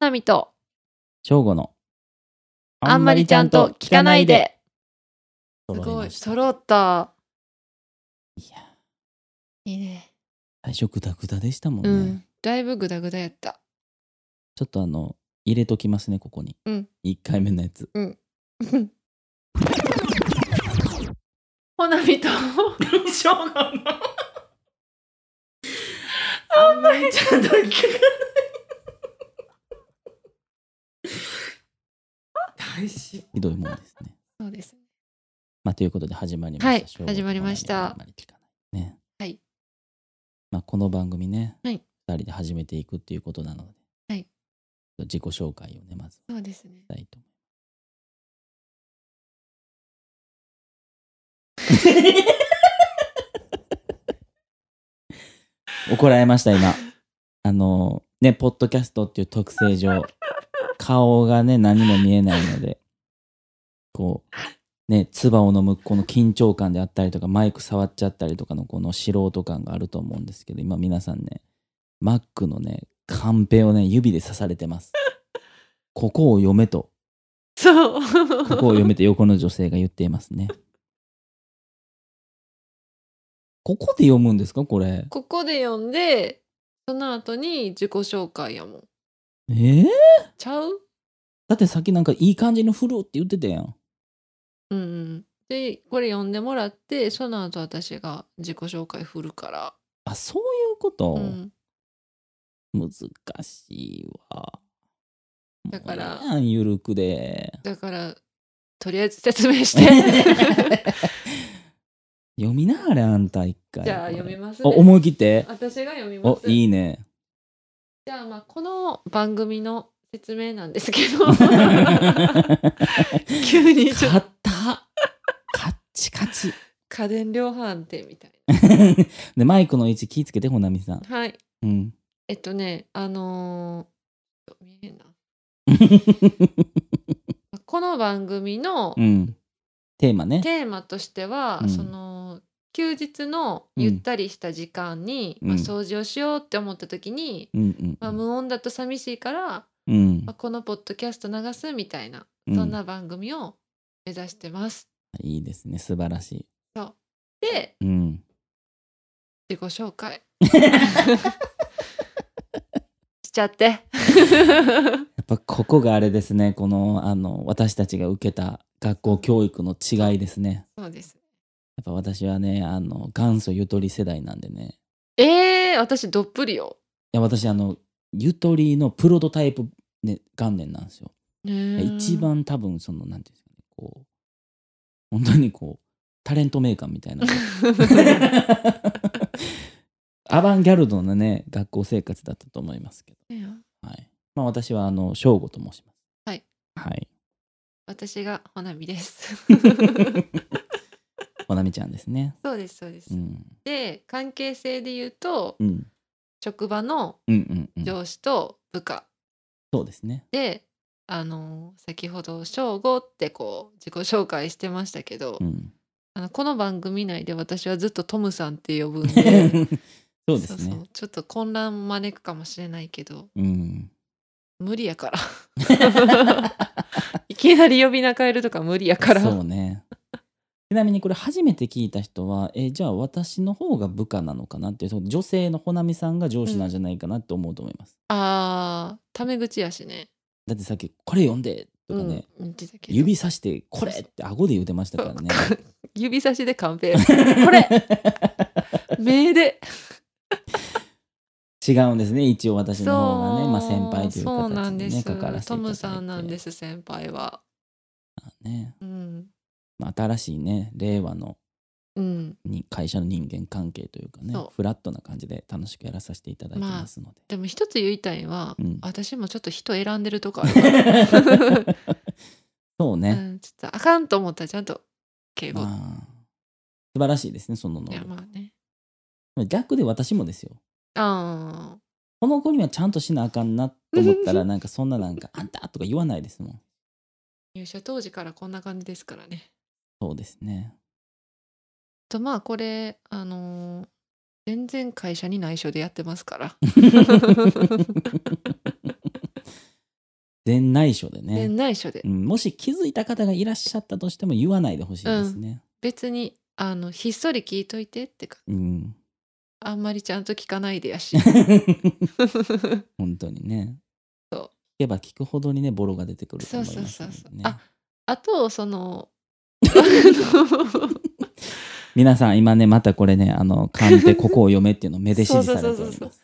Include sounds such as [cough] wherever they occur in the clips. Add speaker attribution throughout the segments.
Speaker 1: なみと、
Speaker 2: 正午の。
Speaker 1: あんまりちゃんと聞かない。で。す
Speaker 2: す
Speaker 1: ごい、
Speaker 2: 揃いました
Speaker 1: 揃った。
Speaker 2: いや、
Speaker 1: いいね。
Speaker 2: 最初グダグダでしたもんね。
Speaker 1: うん。だいぶグダグダやった。
Speaker 2: ちょっとあの、入れときますね、ここに。
Speaker 1: うん
Speaker 2: 1回目のやつ。
Speaker 1: [laughs] ほなみと、
Speaker 3: しょうがない。あんまりちゃんと聞かない。大失
Speaker 2: ひどいもんですね。
Speaker 1: そうです。
Speaker 2: まあ、ということで始まりました。
Speaker 1: はい
Speaker 2: 正午の
Speaker 1: 始まりました
Speaker 2: あんまり聞かないね。
Speaker 1: はい。
Speaker 2: まあ、この番組ね、
Speaker 1: はい
Speaker 2: 2人で始めていくっていうことなので、
Speaker 1: はい
Speaker 2: 自己紹介をね、まずし
Speaker 1: そうですね。
Speaker 2: たいと思います。 [laughs] 怒られました、今。あの、ね、ポッドキャストっていう特性上、顔がね、何も見えないので、こう、ね、唾を飲むこの緊張感であったりとか、マイク触っちゃったりとかのこの素人感があると思うんですけど、今皆さんね、マックのね、カンペをね、指で刺されてます。ここを読めと、
Speaker 1: そう。
Speaker 2: ここを読めと横の女性が言っていますね。 [laughs] ここで読むんですかこれ。
Speaker 1: ここで読んで、その後に自己紹介やもん。
Speaker 2: えー、
Speaker 1: ちゃう
Speaker 2: だってさっきなんかいい感じのフルって言ってたやん。
Speaker 1: うんうん。で、これ読んでもらって、その後私が自己紹介振るから。
Speaker 2: あ、そういうこと、
Speaker 1: うん。
Speaker 2: 難しいわ。
Speaker 1: だから
Speaker 2: もうええやんゆるくで。
Speaker 1: だから、とりあえず説明 [laughs] して。
Speaker 2: 読みながらあんた一回。
Speaker 1: じゃあ読みます
Speaker 2: お
Speaker 1: ね。
Speaker 2: 思い切って。
Speaker 1: 私が読みま
Speaker 2: お、
Speaker 1: す。
Speaker 2: いいね。
Speaker 1: じゃあ、まあ、この番組の説明なんですけ
Speaker 2: [laughs]
Speaker 1: ど。急にちょっと
Speaker 2: 勝った。カッチカチ。 [laughs]
Speaker 1: 家電量販店みたい
Speaker 2: で、マイクの位置気ぃつけて、ほなみさん。
Speaker 1: な。はい。
Speaker 2: うん。
Speaker 1: えっとね、あのーちょっと見えへ
Speaker 2: [laughs]
Speaker 1: んな。この番組の
Speaker 2: うん。テーマね。
Speaker 1: テーマとしては、
Speaker 2: うん
Speaker 1: その休日のゆったりした時間に、
Speaker 2: うん
Speaker 1: まあ、掃除をしようって思った時に、
Speaker 2: うんうん。
Speaker 1: まあ、無音だと寂しいから、
Speaker 2: うん
Speaker 1: まあ、。このポッドキャスト流すみたいな、
Speaker 2: うん
Speaker 1: そんな番組を目指してます。
Speaker 2: いいですね。素晴らしい。
Speaker 1: で
Speaker 2: うん。
Speaker 1: 自己紹
Speaker 2: [laughs]
Speaker 1: 介しちゃ
Speaker 2: [laughs]
Speaker 1: って。
Speaker 2: やっぱここがあれですね。この、あの、私たちが受けた学校教育の違いですね。
Speaker 1: そうです
Speaker 2: やっぱ私はね、あの、元祖ゆとり世代なんでね。
Speaker 1: えー、私どっぷりよ。
Speaker 2: いや、私、あの、ゆとりのプロトタイプ、ね、元年なんですよ。
Speaker 1: ねー
Speaker 2: 一番多分、その、なんていうんですかね、こう、本当にこう、タレントメーカーみた
Speaker 1: [laughs]
Speaker 2: いな。アバンギャルドなね、学校生活だったと思いますけ
Speaker 1: [laughs]
Speaker 2: ど。
Speaker 1: いや
Speaker 2: はい。まあ、私は、あの、正吾と申します。
Speaker 1: はい。
Speaker 2: はい。
Speaker 1: 私がほなみ
Speaker 2: [laughs]
Speaker 1: です。
Speaker 2: ほなみちゃんですね。
Speaker 1: そうですそうです。
Speaker 2: うん。
Speaker 1: で関係性で言うと
Speaker 2: うん。
Speaker 1: 職場の
Speaker 2: うんうんうん。
Speaker 1: 上司と部下
Speaker 2: そうですね。
Speaker 1: で、あの先ほど「正午」ってこう自己紹介してましたけど、 [laughs]
Speaker 2: うん。
Speaker 1: あのこの番組内で私はずっとトムさんって呼ぶん
Speaker 2: そう
Speaker 1: で
Speaker 2: [laughs] ですね。
Speaker 1: そうそうちょっと混乱招くかもしれないけど
Speaker 2: うん。
Speaker 1: 無理や
Speaker 2: [laughs]
Speaker 1: からいきなり呼び名変えるとか無理やから
Speaker 2: そうね。ちなみにこれ初めて聞いた人は、えじゃあ私の方が部下なのかなっていう、その女性のほなみさんが上司なんじゃないかなって思うと思います。
Speaker 1: あータメ口やしね
Speaker 2: だってさっき、これ読んでとかね、
Speaker 1: うん、言ってたけど
Speaker 2: 指さして、これって顎で言うてましたからね。
Speaker 1: [laughs] 指差しでカンペこれ目で
Speaker 2: 違うんですね、一応私の方が
Speaker 1: そ
Speaker 2: ね、
Speaker 1: う
Speaker 2: まあ先輩という
Speaker 1: そうな
Speaker 2: 形
Speaker 1: ん
Speaker 2: で
Speaker 1: で
Speaker 2: ね、
Speaker 1: す
Speaker 2: かからせて
Speaker 1: ト
Speaker 2: いただいて。
Speaker 1: ムさんなんです先輩は
Speaker 2: ね。
Speaker 1: うん
Speaker 2: まあ新しいね、令和の
Speaker 1: うん
Speaker 2: に会社の人間関係というかね
Speaker 1: そう、
Speaker 2: フラットな感じで楽しくやらさせていただいてますので。
Speaker 1: でも一つ言いたいのは、
Speaker 2: うん
Speaker 1: 私もちょっと人選んでるとこあるわ
Speaker 2: [laughs] そう
Speaker 1: う
Speaker 2: ね。
Speaker 1: ん、ちょっとあかんと思ったらちゃんと敬語、
Speaker 2: まあ、素晴らしいですね、その能
Speaker 1: いや
Speaker 2: 力。
Speaker 1: まあね
Speaker 2: 逆で私もですよ。
Speaker 1: あ
Speaker 2: この子にはちゃんとしなあかんなと思ったら、なんかそんななんか、あんたとか言わないですもん。
Speaker 1: ー入社当時からこんな感じですからね
Speaker 2: そうですね。
Speaker 1: とまあこれあのー全然
Speaker 2: [laughs]
Speaker 1: 会社に内緒でやってますから
Speaker 2: い全内緒でね
Speaker 1: で内緒で
Speaker 2: うんもし気づいた方がいらっしゃったとしても言わないでほしいですね。
Speaker 1: 別にあのひっそり聞いといてってか
Speaker 2: うん。
Speaker 1: あんまりちゃんと聞かないでや
Speaker 2: [laughs]
Speaker 1: し
Speaker 2: 本当にね。
Speaker 1: そう
Speaker 2: 聞けば聞くほどにね、ボロが出てくると思います、
Speaker 1: そう
Speaker 2: ね。
Speaker 1: そうそうそうああとそ
Speaker 2: [laughs]
Speaker 1: の
Speaker 2: 皆さん、今ね、またこれね、あの、勘でここを読めっていうのを目で指示されております。
Speaker 1: そうそうそう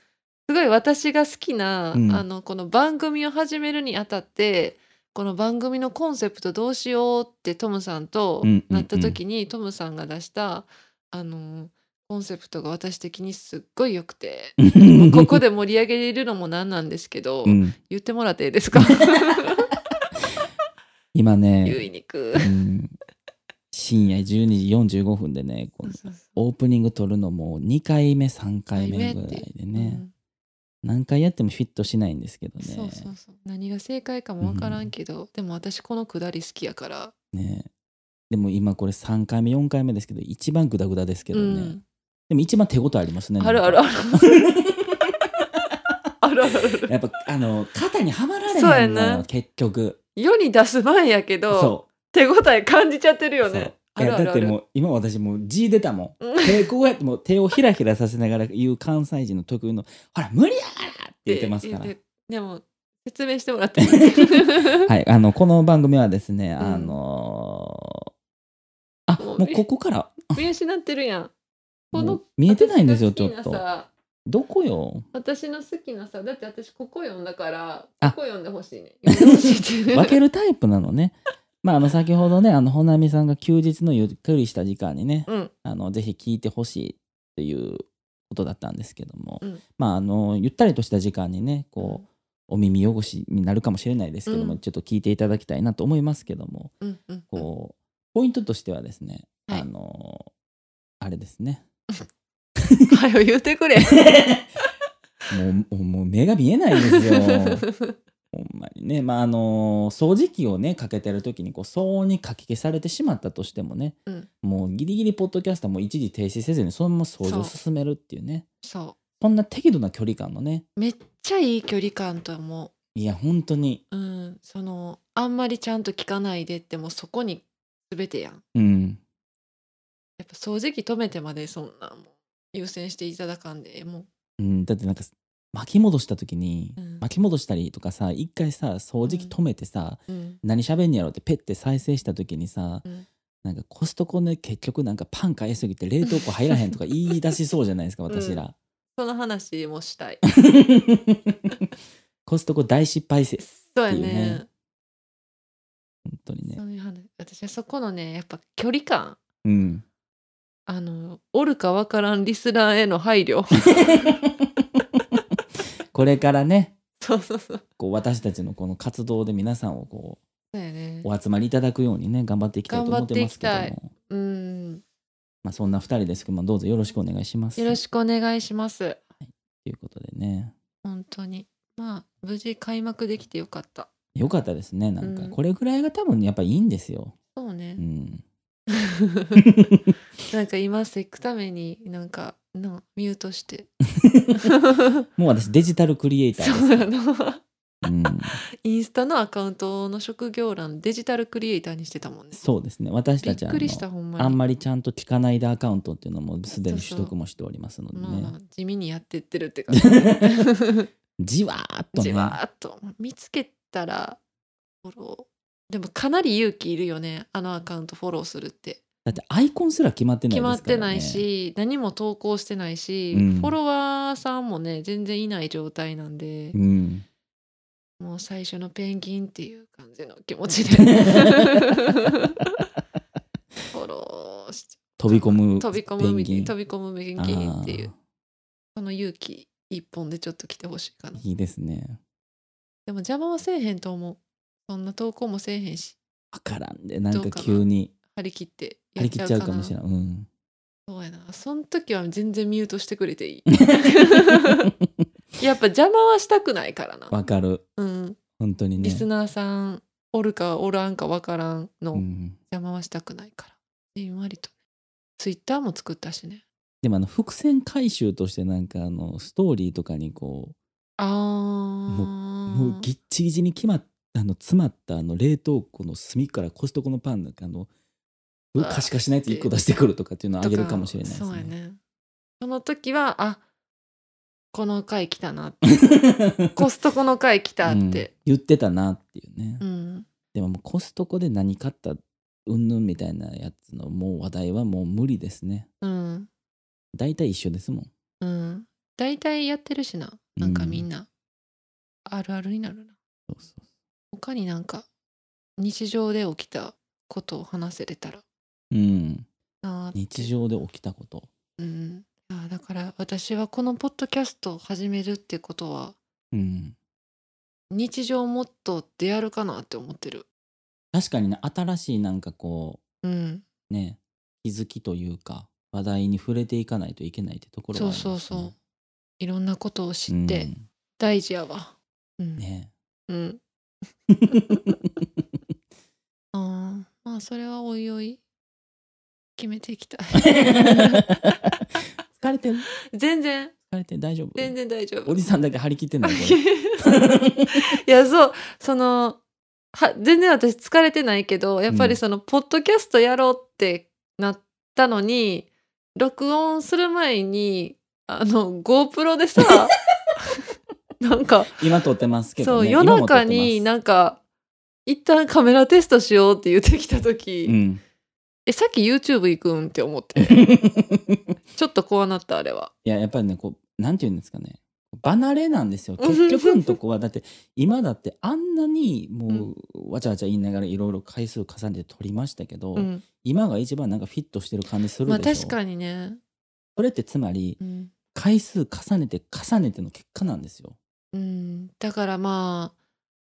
Speaker 1: すごい私が好きな、
Speaker 2: うん
Speaker 1: あのこの番組を始めるにあたってこの番組のコンセプトどうしようってトムさんと
Speaker 2: うんうんうん
Speaker 1: なった時に、トムさんが出したあのコンセプトが私的にすっごい良くてここで盛り上げれるのもなんなんですけど、
Speaker 2: うん
Speaker 1: 言ってもらっていい
Speaker 2: [laughs]
Speaker 1: ですか
Speaker 2: 今
Speaker 1: 言
Speaker 2: ね、
Speaker 1: いにく
Speaker 2: うん深夜12時45分でね、こうオープニング撮るのも2回目、3回目ぐらいでね、何回やってもフィットしないんですけど
Speaker 1: うん
Speaker 2: ね。
Speaker 1: そうそうそう何が正解かもわからんけど、でも私このくだり好きやから、
Speaker 2: ねでも今これ3回目4回目ですけど一番グダグダですけど
Speaker 1: う
Speaker 2: ね、
Speaker 1: ん、
Speaker 2: でも一番手応えありますね
Speaker 1: あるある
Speaker 2: [laughs]
Speaker 1: ある。あるあるある。
Speaker 2: やっぱあの肩にはまられ
Speaker 1: そう
Speaker 2: へ
Speaker 1: や
Speaker 2: んのよ
Speaker 1: な
Speaker 2: 結局
Speaker 1: 世に出す前やけど、
Speaker 2: そ
Speaker 1: 手応え感じちゃってる
Speaker 2: う
Speaker 1: よね。
Speaker 2: そうい
Speaker 1: ある
Speaker 2: や
Speaker 1: ある
Speaker 2: だってもう今私もう字出たも
Speaker 1: うん
Speaker 2: ん手こうやってもう手をひらひらさせながら言う関西人の特有の「ほら無理やから!」って言ってますから
Speaker 1: ででも、説明してもらっていいは
Speaker 2: はいあのこの番組はですね、
Speaker 1: ん
Speaker 2: あの [laughs] ーあ
Speaker 1: もう
Speaker 2: もうここから
Speaker 1: い見失ってるやん。こ
Speaker 2: [laughs] も
Speaker 1: の
Speaker 2: う見えてないんですよちょっ
Speaker 1: 私の好きな
Speaker 2: と
Speaker 1: さ
Speaker 2: どこよ
Speaker 1: 私の好きなさ、だって私ここ読んだから、
Speaker 2: あ
Speaker 1: ここ読んでほしいね。読んでほしいって [laughs]
Speaker 2: 分けるタイプなのね。まあ、あの先ほどね、あのほなみさんが休日のゆっくりした時間にね、
Speaker 1: うん。
Speaker 2: あのぜひ聞いてほしいっていうことだったんですけども、
Speaker 1: うん
Speaker 2: まああのゆったりとした時間にね、こうお耳汚しになるかもしれないですけども、
Speaker 1: うん
Speaker 2: ちょっと聞いていただきたいなと思いますけども、
Speaker 1: うん。うん。うんうん。
Speaker 2: こうポイントとしてはですね、
Speaker 1: はい
Speaker 2: あのあれですね、
Speaker 1: [laughs] はよ言うてくれ。
Speaker 2: もうもうもう目が見えないですよ。ほんまにね、まああの掃除機をねかけてる時にこう騒音にかき消されてしまったとしてもね、
Speaker 1: うん
Speaker 2: もうギリギリポッドキャスターも一時停止せずにそのまま掃除を
Speaker 1: そう
Speaker 2: 進めるっていうね
Speaker 1: [laughs] そ
Speaker 2: こんな適度な距離感のね
Speaker 1: う。めっちゃいい距離感と思う。
Speaker 2: いや本当に
Speaker 1: うん、そのあんまりちゃんと聞かないでってもうそこに全てやん
Speaker 2: うん
Speaker 1: やっぱ掃除機止めてまでそんなんもう優先していただかんでええも
Speaker 2: うん、だってなんか巻き戻した時に、
Speaker 1: うん
Speaker 2: 巻き戻したりとかさ一回さ掃除機止めてさ、
Speaker 1: う、うん、
Speaker 2: 何喋んねやろってペッて再生した時にさ、
Speaker 1: うん
Speaker 2: なんかコストコね結局なんかパン買いすぎて冷凍庫入らへんとか言い出しそうじゃないですか
Speaker 1: ん
Speaker 2: 私ら、
Speaker 1: その話もした [laughs] い
Speaker 2: [laughs] コストコ大失敗せ
Speaker 1: そうや
Speaker 2: いい
Speaker 1: ね
Speaker 2: ね本当にね
Speaker 1: そういう話私はそこのねやっぱ距離感
Speaker 2: うん
Speaker 1: あのおるかわからんリスナーへの配 [laughs] 慮
Speaker 2: これからね
Speaker 1: そうそうそう
Speaker 2: こう私たちのこの活動で皆さんをこ
Speaker 1: そうやね
Speaker 2: うお集まりいただくようにね頑張っていきたいと思ってますけど
Speaker 1: 頑張ってい
Speaker 2: も
Speaker 1: うん
Speaker 2: まあそんな2人ですけどもどうぞよろしくお願いします
Speaker 1: よろしくお願いします
Speaker 2: ということでね
Speaker 1: 本当にまあ無事開幕できてよかった
Speaker 2: よかったですねなん
Speaker 1: う
Speaker 2: か
Speaker 1: ん
Speaker 2: これぐらいが多分やっぱいいんですよ
Speaker 1: そうね
Speaker 2: うん [laughs]
Speaker 1: なんか今せくためになんかなミュートして
Speaker 2: [laughs] もう私デジタルクリエイター
Speaker 1: そ
Speaker 2: で
Speaker 1: う
Speaker 2: す
Speaker 1: やな
Speaker 2: うん
Speaker 1: インスタのアカウントの職業欄デジタルクリエイターにしてたもんね
Speaker 2: そうですね私
Speaker 1: び
Speaker 2: た
Speaker 1: っ
Speaker 2: ちは
Speaker 1: くりしたほんまに
Speaker 2: あんまりちゃんと聞かないでアカウントっていうのもすでに取得もしておりますのでね、
Speaker 1: まあ地味にやってってるって
Speaker 2: [laughs]
Speaker 1: 感じ
Speaker 2: じわーっとね
Speaker 1: じわーっと見つけたらフォローでもかなり勇気いるよねあのアカウントフォローするって
Speaker 2: だってアイコンすら決まってない
Speaker 1: 決
Speaker 2: ですから、
Speaker 1: まっ
Speaker 2: ね、
Speaker 1: てないし何も投稿してないし、
Speaker 2: うん
Speaker 1: フォロワーさんもね全然いない状態なんで、
Speaker 2: うん、
Speaker 1: もう最初のペンギンっていう感じの気持
Speaker 2: [laughs]
Speaker 1: ちでフォローし
Speaker 2: 飛び込む
Speaker 1: 飛び込むみ
Speaker 2: ペンギン
Speaker 1: 飛び込むペンギンっていう
Speaker 2: あ
Speaker 1: その勇気一本でちょっと来てほしいかな
Speaker 2: ーいいですね
Speaker 1: でも邪魔はせえへんと思うそんな投稿もせえへんし
Speaker 2: わからんでなん
Speaker 1: ど
Speaker 2: か
Speaker 1: うかな
Speaker 2: 急に
Speaker 1: 張り切って
Speaker 2: 張
Speaker 1: やっ
Speaker 2: り切
Speaker 1: ちゃ
Speaker 2: っ
Speaker 1: う
Speaker 2: ち
Speaker 1: かな
Speaker 2: ゃうかもしれない、うん、
Speaker 1: そうやなその時は全然ミュートしてくれて
Speaker 2: [laughs]
Speaker 1: いいやっぱ邪魔はしたくないからな、
Speaker 2: わかる
Speaker 1: うん、
Speaker 2: 本当にね
Speaker 1: リスナーさんおるかおらんかわからんの
Speaker 2: うん、
Speaker 1: 邪魔はしたくないからじんわりとツイッターも作ったしね
Speaker 2: でもあの伏線回収としてなんかあのストーリーとかにこ
Speaker 1: あー
Speaker 2: うもうぎっちぎちに決まっあの詰まったあの冷凍庫の隅からコストコのパンなんかあのすごいカシカシなやつ1個出してくるとかっていうのをあげるかもしれないです
Speaker 1: そうや
Speaker 2: ね。
Speaker 1: ねその時はあこの回来たな
Speaker 2: [laughs]
Speaker 1: って
Speaker 2: コ
Speaker 1: コストコの回来たっ
Speaker 2: うん
Speaker 1: て、
Speaker 2: 言ってたなっていうね。
Speaker 1: うん
Speaker 2: でももうコストコで何買ったうんぬんみたいなやつのもう話題はもう無理ですね。
Speaker 1: うん
Speaker 2: 大体一緒ですもん。
Speaker 1: うん大体やってるしななんかみんな、あるあるになるな
Speaker 2: そうそう
Speaker 1: 他になんか日常で起きたことを話せれたら
Speaker 2: うん、
Speaker 1: なあって
Speaker 2: 日常で起きたこと。
Speaker 1: うん、いやだから私はこのポッドキャストを始めるってことは
Speaker 2: うん、
Speaker 1: 日常モットーってやるかなって思ってる。
Speaker 2: 確かにね新しいなんかこ
Speaker 1: うん、
Speaker 2: うね気づきというか話題に触れていかないといけないってところはありますね。
Speaker 1: そうそうそういろんなことを知って
Speaker 2: うん
Speaker 1: 大事やわ。うん、 [laughs]
Speaker 2: ね [laughs]
Speaker 1: うん、あーまあそれはおいおい決めていきた
Speaker 2: [laughs]
Speaker 1: い。
Speaker 2: 疲れてる
Speaker 1: 全然
Speaker 2: 疲れてる大丈夫
Speaker 1: 全然大丈夫
Speaker 2: お。じさんだけ張り切ってないこ
Speaker 1: [laughs] いやそうそのは全然私疲れてないけどやっぱりその、ポッドキャストやろうってなったのに録音する前にあの GoPro で
Speaker 2: [laughs]
Speaker 1: さなんか、
Speaker 2: れ今撮ってますけ
Speaker 1: そ
Speaker 2: ど、
Speaker 1: う
Speaker 2: ね、
Speaker 1: 夜
Speaker 2: 今も撮っ
Speaker 1: 中
Speaker 2: てます
Speaker 1: になんか一旦カメラテストしようって言ってきた時、
Speaker 2: うん
Speaker 1: えさっき YouTube 行くんって思って
Speaker 2: [laughs]
Speaker 1: ちょっとこうなったあれは。
Speaker 2: いややっぱりねこうなんて言うんですかね離れなんですよ結局のとこはだって今だってあんなにもうわちゃわちゃ言いながらいろいろ回数重ねて撮りましたけど、
Speaker 1: うん、
Speaker 2: 今が一番なんかフィットしてる感じするで
Speaker 1: ま
Speaker 2: し
Speaker 1: あ
Speaker 2: ょ、
Speaker 1: 確かにね。
Speaker 2: それってつまり
Speaker 1: うん
Speaker 2: 回数重ねて重ねての結果なんで
Speaker 1: [laughs]
Speaker 2: すよ
Speaker 1: うん、だからまあ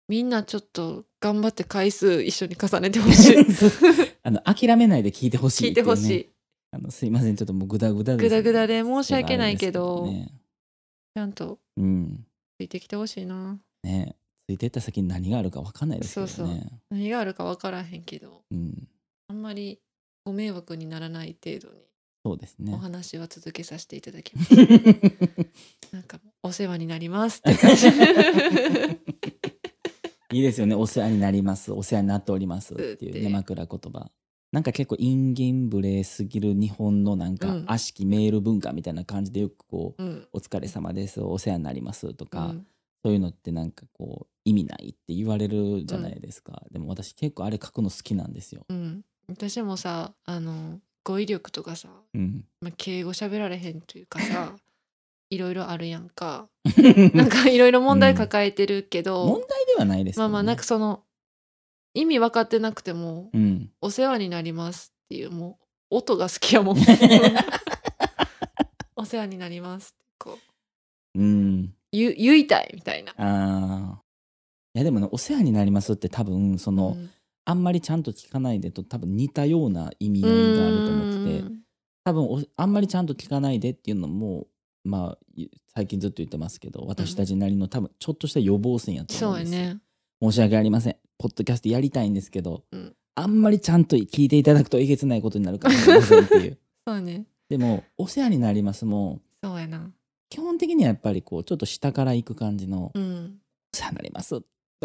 Speaker 1: みんなちょっと頑張って回数一緒に重ねてほしい [laughs]
Speaker 2: あの諦めないで聞いてほしい
Speaker 1: 聞いてほし
Speaker 2: っ
Speaker 1: い、
Speaker 2: うねあのすいませんちょっともうグダグダ
Speaker 1: グ
Speaker 2: す
Speaker 1: ダグダで申し訳ないけど
Speaker 2: ちょっとあれです
Speaker 1: ちゃんと
Speaker 2: けどねうん
Speaker 1: ついてきてほしいな
Speaker 2: ねついてった先に何があるか分かんないですけどね
Speaker 1: そうそう何があるか分からへんけど
Speaker 2: うん、
Speaker 1: あんまりご迷惑にならない程度に
Speaker 2: そうですね
Speaker 1: お話は続けさせていただきます、 [laughs] なんかもうお世話になりますって感 [laughs] じ
Speaker 2: [laughs] いいですよね。お世話になります。お世話になっております。っていう
Speaker 1: で
Speaker 2: ね、枕言葉。なんか結構、陰銀無礼すぎる日本のなん
Speaker 1: う
Speaker 2: か
Speaker 1: ん、
Speaker 2: 悪しきメール文化みたいな感じでよくこう、
Speaker 1: うん
Speaker 2: お疲れ様です。お世話になります。と
Speaker 1: う
Speaker 2: か、
Speaker 1: ん
Speaker 2: そういうのってなんかこう、意味ないって言われるじゃないですか。でも私結構あれ書くの好きなんですよ。
Speaker 1: うん、私もさあの語彙力とかさ、
Speaker 2: うん。
Speaker 1: まあ、敬語喋られへんというか [laughs] さいろいろあるやんか
Speaker 2: [laughs]
Speaker 1: なんかいろいろ問題抱えてるけど、
Speaker 2: 問題ではないですけ
Speaker 1: まあ
Speaker 2: どね
Speaker 1: まあなんかその意味分かってなくても
Speaker 2: うん。
Speaker 1: 「お世話になります」っていうもう音が好きやもん。
Speaker 2: [laughs]
Speaker 1: お世話になりますってこう
Speaker 2: うん。
Speaker 1: 言う言いたいみたいな。
Speaker 2: ああ。いやでもね、お世話になりますって多分、その、
Speaker 1: うん
Speaker 2: あんまりちゃんと聞かないでと多分似たような意味合いがあると思って
Speaker 1: う
Speaker 2: て
Speaker 1: ん
Speaker 2: 多分おあんまりちゃんと聞かないでっていうのもまあい最近ずっと言ってますけど私たちなりの多分ちょっとした予防線やと
Speaker 1: そ
Speaker 2: 思うん
Speaker 1: うや
Speaker 2: ですよ
Speaker 1: ね。
Speaker 2: 申し訳ありませんポッドキャストやりたいんですけど、
Speaker 1: うん
Speaker 2: あんまりちゃんと聞いていただくとえげつないことになるかもしれませんっていう
Speaker 1: そうやね。
Speaker 2: でも「お世話になります」も
Speaker 1: そうやな。
Speaker 2: 基本的にはやっぱりこうちょっと下から行く感じの
Speaker 1: うん。
Speaker 2: 「お世話になります」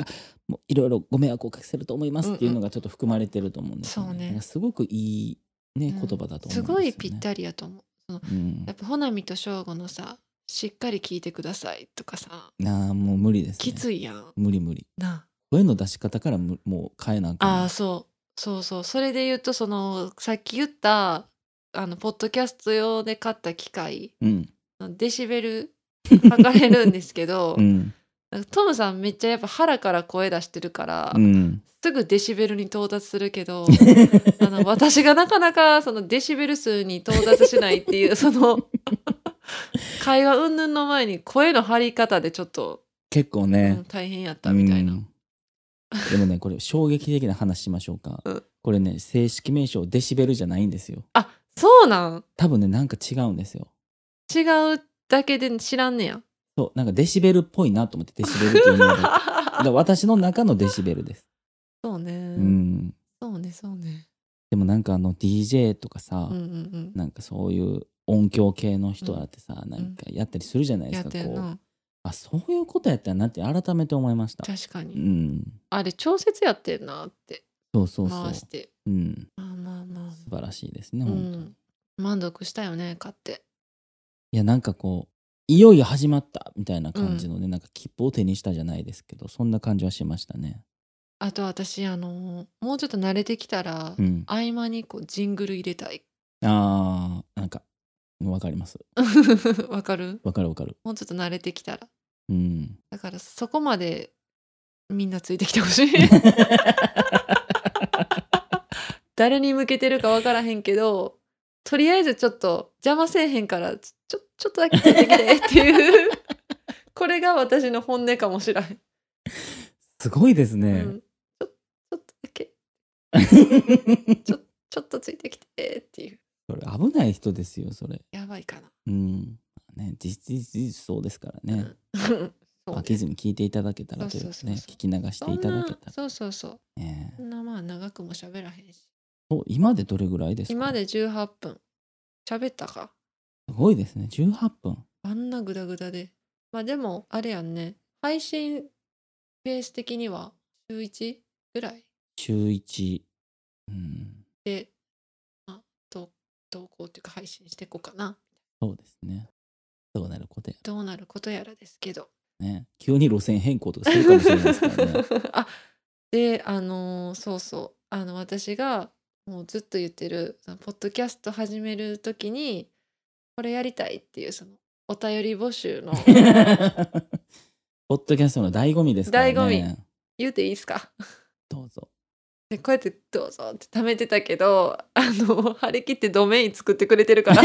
Speaker 2: あもういろいろご迷惑をおかけすると思いますっていうのがちょっと含まれてると思うんですよ
Speaker 1: そうね
Speaker 2: なんかすごくいい、ね、
Speaker 1: うん
Speaker 2: 言葉だと思うんです
Speaker 1: す
Speaker 2: よ、ね
Speaker 1: ごいぴっ、たりやと思う。
Speaker 2: うん
Speaker 1: やっぱほなみとしょうごのさ「しっかり聞いてください」とかさ
Speaker 2: なあもう無理です、ね、
Speaker 1: きついやん。
Speaker 2: 無理無理
Speaker 1: なあ
Speaker 2: 声の出し方からむもう変えなあかん
Speaker 1: ああそうそうそうそれで言うとそのさっき言ったあのポッドキャスト用で買った機械
Speaker 2: うん
Speaker 1: デシベ
Speaker 2: [laughs]
Speaker 1: ル測れるんですけど、
Speaker 2: うん
Speaker 1: なんかトムさんめっちゃやっぱ腹から声出してるから、
Speaker 2: うん
Speaker 1: すぐデシベルに到達するけ
Speaker 2: [laughs]
Speaker 1: どあの私がなかなかそのデシベル数に到達しないっていうそ
Speaker 2: [laughs]
Speaker 1: の会話云々の前に声の張り方でちょっと、
Speaker 2: 結構
Speaker 1: う
Speaker 2: ね
Speaker 1: ん、大変やったみたいな。
Speaker 2: うんでもねこれ衝撃的な話しましょうか、
Speaker 1: うん
Speaker 2: これね正式名称デシベルじゃないんですよ
Speaker 1: あそうなん
Speaker 2: 多分ねなんか違うんですよ
Speaker 1: 違うだけで知らんねや。
Speaker 2: そうなんかデシベルっぽいなと思ってデシベルっていうの
Speaker 1: [laughs]
Speaker 2: がだから私の中のデシベルです
Speaker 1: そうね、
Speaker 2: うん、
Speaker 1: そうねそうね
Speaker 2: でもなんかあの DJ とかさ、
Speaker 1: うんうん
Speaker 2: なんかそういう音響系の人だってさ、なんかやったりするじゃな
Speaker 1: う
Speaker 2: い
Speaker 1: ん
Speaker 2: で
Speaker 1: や
Speaker 2: す
Speaker 1: っ
Speaker 2: か
Speaker 1: てん
Speaker 2: こう
Speaker 1: な
Speaker 2: あそういうことやったなって改めて思いました
Speaker 1: 確かに、
Speaker 2: うん
Speaker 1: あれ調節やってんなって
Speaker 2: そうそうそう
Speaker 1: 回して
Speaker 2: うん
Speaker 1: まあまあま
Speaker 2: 素晴らしいですね、
Speaker 1: あ、う
Speaker 2: ほんと
Speaker 1: ん、満足したよね買って
Speaker 2: いやなんかこういよいよ始まったみたいな感じのね、なんか切符を手にしたじゃないですけどそんな感じはしましたね
Speaker 1: あと私あのもうちょっと慣れてきたら、
Speaker 2: うん
Speaker 1: 合間にこうジングル入れたい [laughs]
Speaker 2: あーなんかわかります
Speaker 1: わかる
Speaker 2: わかるわかる
Speaker 1: もうちょっと慣れてきたら
Speaker 2: うん
Speaker 1: だからそこまでみんなついてきてほしい [laughs] 誰に向けてるかわからへんけどとりあえずちょっと邪魔せえへんからちょちょっとだけついてきてっていう [laughs] これが私の本音かもしれん、
Speaker 2: すごいですね、
Speaker 1: うん、ちょちょっとだ [laughs] けちょっとついてきてっていう
Speaker 2: それ危ない人ですよそれ
Speaker 1: やばいかな
Speaker 2: うんね実実実そうですからね、
Speaker 1: うん [laughs] そう
Speaker 2: 飽きずに聞いていただけたらというかね
Speaker 1: そうそうそうそう
Speaker 2: 聞き流していただけたら
Speaker 1: そんなそうそうそう
Speaker 2: ね
Speaker 1: そんなまあ長くも喋らへんし
Speaker 2: そう今でどれぐらいですか
Speaker 1: 今で18分喋ったか
Speaker 2: すごいですね18分
Speaker 1: あんなグダグダでまあでもあれやんね配信ペース的には週1ぐらい
Speaker 2: 週1うん
Speaker 1: で、まあ、投投稿っていうか配信していこうかな
Speaker 2: そうですねどうなることや
Speaker 1: どうなることやらですけど
Speaker 2: ね急に路線変更とかするかもしれないですからね
Speaker 1: [laughs] あであのーそうそうあの私がもうずっと言ってるそのポッドキャスト始める時にこれやりたいっていうそのお便り募集
Speaker 2: [laughs]
Speaker 1: の
Speaker 2: ポッドキャストの醍醐味ですからね
Speaker 1: 醍醐言うていいですか
Speaker 2: どうぞ
Speaker 1: でこうやって「どうぞ」って貯めてたけどあの張り切ってドメイン作ってくれてるから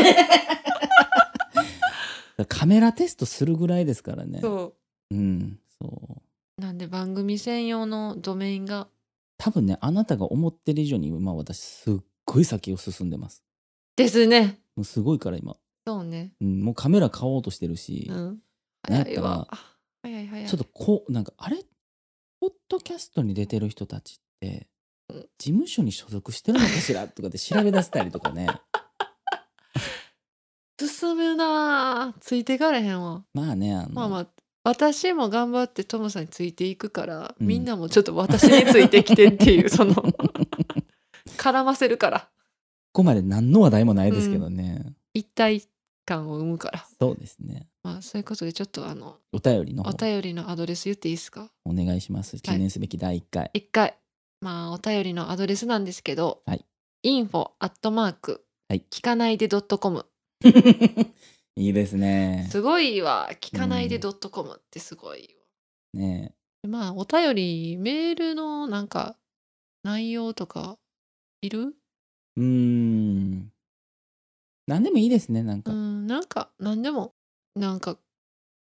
Speaker 2: カメラテストするぐらいですからね
Speaker 1: そ
Speaker 2: うんそう
Speaker 1: うなんで番組専用のドメインが
Speaker 2: 多分ねあなたが思ってる以上に今私すっごい先を進んでます
Speaker 1: ですね
Speaker 2: もうすごいから今、
Speaker 1: そうね
Speaker 2: うん、もうカメラ買おうとしてるし、
Speaker 1: うん
Speaker 2: なんやった
Speaker 1: 早い
Speaker 2: ら
Speaker 1: わあ早い早い
Speaker 2: ちょっとこうなんかあれポッドキャストに出てる人たちって
Speaker 1: うん
Speaker 2: 事務所に所属してるのかしらとかで調べ出したりと
Speaker 1: [laughs]
Speaker 2: かね
Speaker 1: 進むなあついてかれへんわ
Speaker 2: まあねあの、
Speaker 1: まあまあ私も頑張ってトムさんについていくから、
Speaker 2: うん
Speaker 1: みんなもちょっと私についてきてっていうその [laughs] 絡ませるから
Speaker 2: ここまで何の話題もないですけどね、
Speaker 1: 一体感を生むから
Speaker 2: そうですね
Speaker 1: まあそういうことでちょっとあの
Speaker 2: お便りの方
Speaker 1: お便りのアドレス言っていいですか
Speaker 2: お願いします記念すべき第1回、
Speaker 1: 一回まあお便りのアドレスなんですけど、
Speaker 2: はい、
Speaker 1: info アットマーク
Speaker 2: はい
Speaker 1: 聞かないで .com
Speaker 2: い、いですね
Speaker 1: すごいわ聞かないで .com ってすごいわ、
Speaker 2: ね
Speaker 1: まあお便りメールのなんか内容とかいる
Speaker 2: うーん何でもいいですねなん
Speaker 1: う
Speaker 2: か、
Speaker 1: んなんか何でもなんか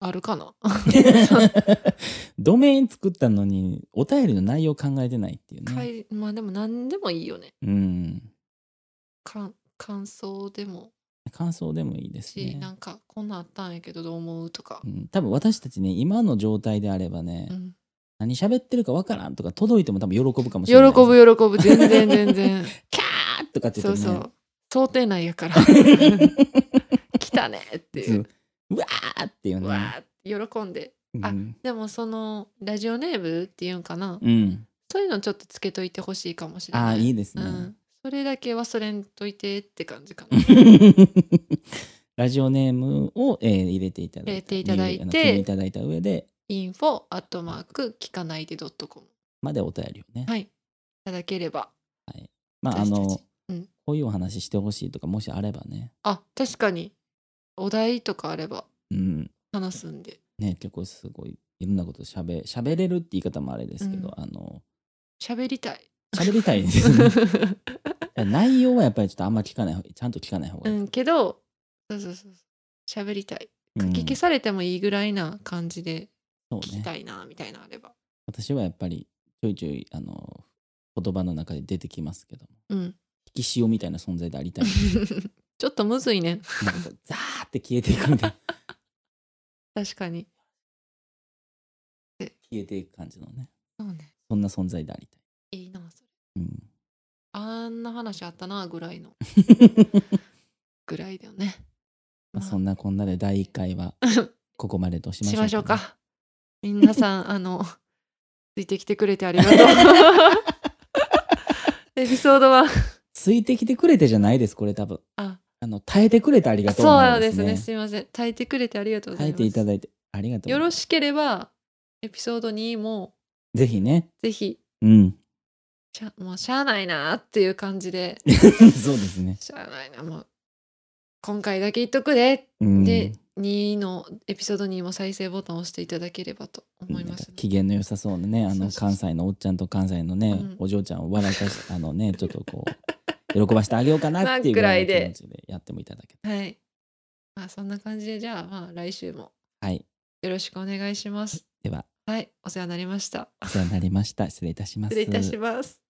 Speaker 1: あるかな
Speaker 2: [laughs] ドメイン作ったのにお便りの内容考えてないっていう
Speaker 1: [laughs] か
Speaker 2: ね。
Speaker 1: いまあでも何でもいいよね
Speaker 2: うん。
Speaker 1: か感想でも
Speaker 2: 感想でもいいです
Speaker 1: し、
Speaker 2: ね。
Speaker 1: なんかこんなんあったんやけどどう思うとか
Speaker 2: う、ん、多分私たちね今の状態であればね、
Speaker 1: うん、
Speaker 2: 何喋ってるかわからんとか届いても多分喜ぶかもし
Speaker 1: 喜
Speaker 2: れない。
Speaker 1: ぶ喜ぶ全然全然
Speaker 2: キャーとかって
Speaker 1: そ
Speaker 2: 言っ
Speaker 1: う
Speaker 2: て、ね、
Speaker 1: そう想定内やから
Speaker 2: [laughs]
Speaker 1: 来たねっていう
Speaker 2: ううわーっていう
Speaker 1: う
Speaker 2: ね。
Speaker 1: わーって喜んで
Speaker 2: う
Speaker 1: あ
Speaker 2: ん。
Speaker 1: でもそのラジオネームっていうんかな、
Speaker 2: うん、
Speaker 1: そういうのちょっとつけといてほしいかもしれ
Speaker 2: あ
Speaker 1: な
Speaker 2: あ
Speaker 1: い
Speaker 2: いいです
Speaker 1: う
Speaker 2: ね。
Speaker 1: ん、それだけ忘れんといてって感じかな
Speaker 2: [laughs] ラジオネームを、えー入れていただ
Speaker 1: 入
Speaker 2: い
Speaker 1: れ
Speaker 2: た
Speaker 1: ていただいて
Speaker 2: 入れあの記入いただいた上で
Speaker 1: info アットマーク聞かないで .com
Speaker 2: までお便りをね。
Speaker 1: はいいただければ
Speaker 2: まああ
Speaker 1: 私た
Speaker 2: の
Speaker 1: ち、うん
Speaker 2: こういうお話してほしいとかもしあればね。
Speaker 1: あ確かにお題とかあれば
Speaker 2: うん。
Speaker 1: 話すんで
Speaker 2: ね結構すごいいろんなことしゃべしゃべれるって言い方もあれですけど、
Speaker 1: う
Speaker 2: あの
Speaker 1: 喋りた
Speaker 2: [laughs]
Speaker 1: い
Speaker 2: しゃべりたいです
Speaker 1: [laughs]
Speaker 2: ね内容はやっぱりちょっとあんま聞かない方ちゃんと聞かない方が
Speaker 1: う
Speaker 2: いい、
Speaker 1: んけどそうそうそうそう喋りたい
Speaker 2: うん
Speaker 1: 書き消されてもいいぐらいな感じで
Speaker 2: そう
Speaker 1: 聞き
Speaker 2: ね
Speaker 1: たいなみたいなあれば
Speaker 2: 私はやっぱりちょいちょいあの言葉の中で出てきますけども
Speaker 1: うん
Speaker 2: 引き潮みたいな存在であ
Speaker 1: [laughs]
Speaker 2: りたい
Speaker 1: ちょっとむずいね
Speaker 2: なんかザーって消えていくみたい
Speaker 1: [laughs]
Speaker 2: な
Speaker 1: 確かに
Speaker 2: 消えていく感じのね
Speaker 1: そうね
Speaker 2: そんな存在でありたい、
Speaker 1: いいなそれ
Speaker 2: うん、
Speaker 1: あんな話あったなぐらい
Speaker 2: [laughs]
Speaker 1: のぐらいだよね
Speaker 2: まあそんなこんなで第1回はここまでとしまし
Speaker 1: し
Speaker 2: ょう
Speaker 1: ましょうか。皆さ
Speaker 2: [laughs]
Speaker 1: ん、あの、ついてきてくれてありがとう。エピソードは、
Speaker 2: ついてきてくれてじゃないですこれ多分
Speaker 1: あ、
Speaker 2: あの耐えてくれてありがとう
Speaker 1: そうです
Speaker 2: なん
Speaker 1: ね。すみません。炊いてくれてありがとうござい
Speaker 2: 耐え
Speaker 1: ます。
Speaker 2: ていただいてありがとう
Speaker 1: よろしければ、エピソード2も、
Speaker 2: ぜひね
Speaker 1: ぜひ、
Speaker 2: うん [laughs]
Speaker 1: しゃもうしゃあないなーっていう感じで、
Speaker 2: そうですね
Speaker 1: しゃあないな、もう、今回だけ言っとくで、
Speaker 2: うん
Speaker 1: で、2の、エピソード2も再生ボタンを押していただければと思います
Speaker 2: なんか
Speaker 1: ので、
Speaker 2: 機嫌の良さそうなねあ
Speaker 1: そう
Speaker 2: の
Speaker 1: そうそう
Speaker 2: 関西のおっちゃんと関西のね、
Speaker 1: うん
Speaker 2: お嬢ちゃんを笑かしあのねち [laughs] ょっとこう喜ばしてあげようかなっていうぐらいの
Speaker 1: まあくらい
Speaker 2: 気
Speaker 1: で
Speaker 2: 持ちでやってもいただけ
Speaker 1: はい。まあ、そんな感じで、じゃあ、まあ、来週も
Speaker 2: はい
Speaker 1: [laughs] よろしくお願いします。
Speaker 2: では
Speaker 1: はい、お世話になりました。
Speaker 2: お世話になりました失礼いたします
Speaker 1: 失礼いたします。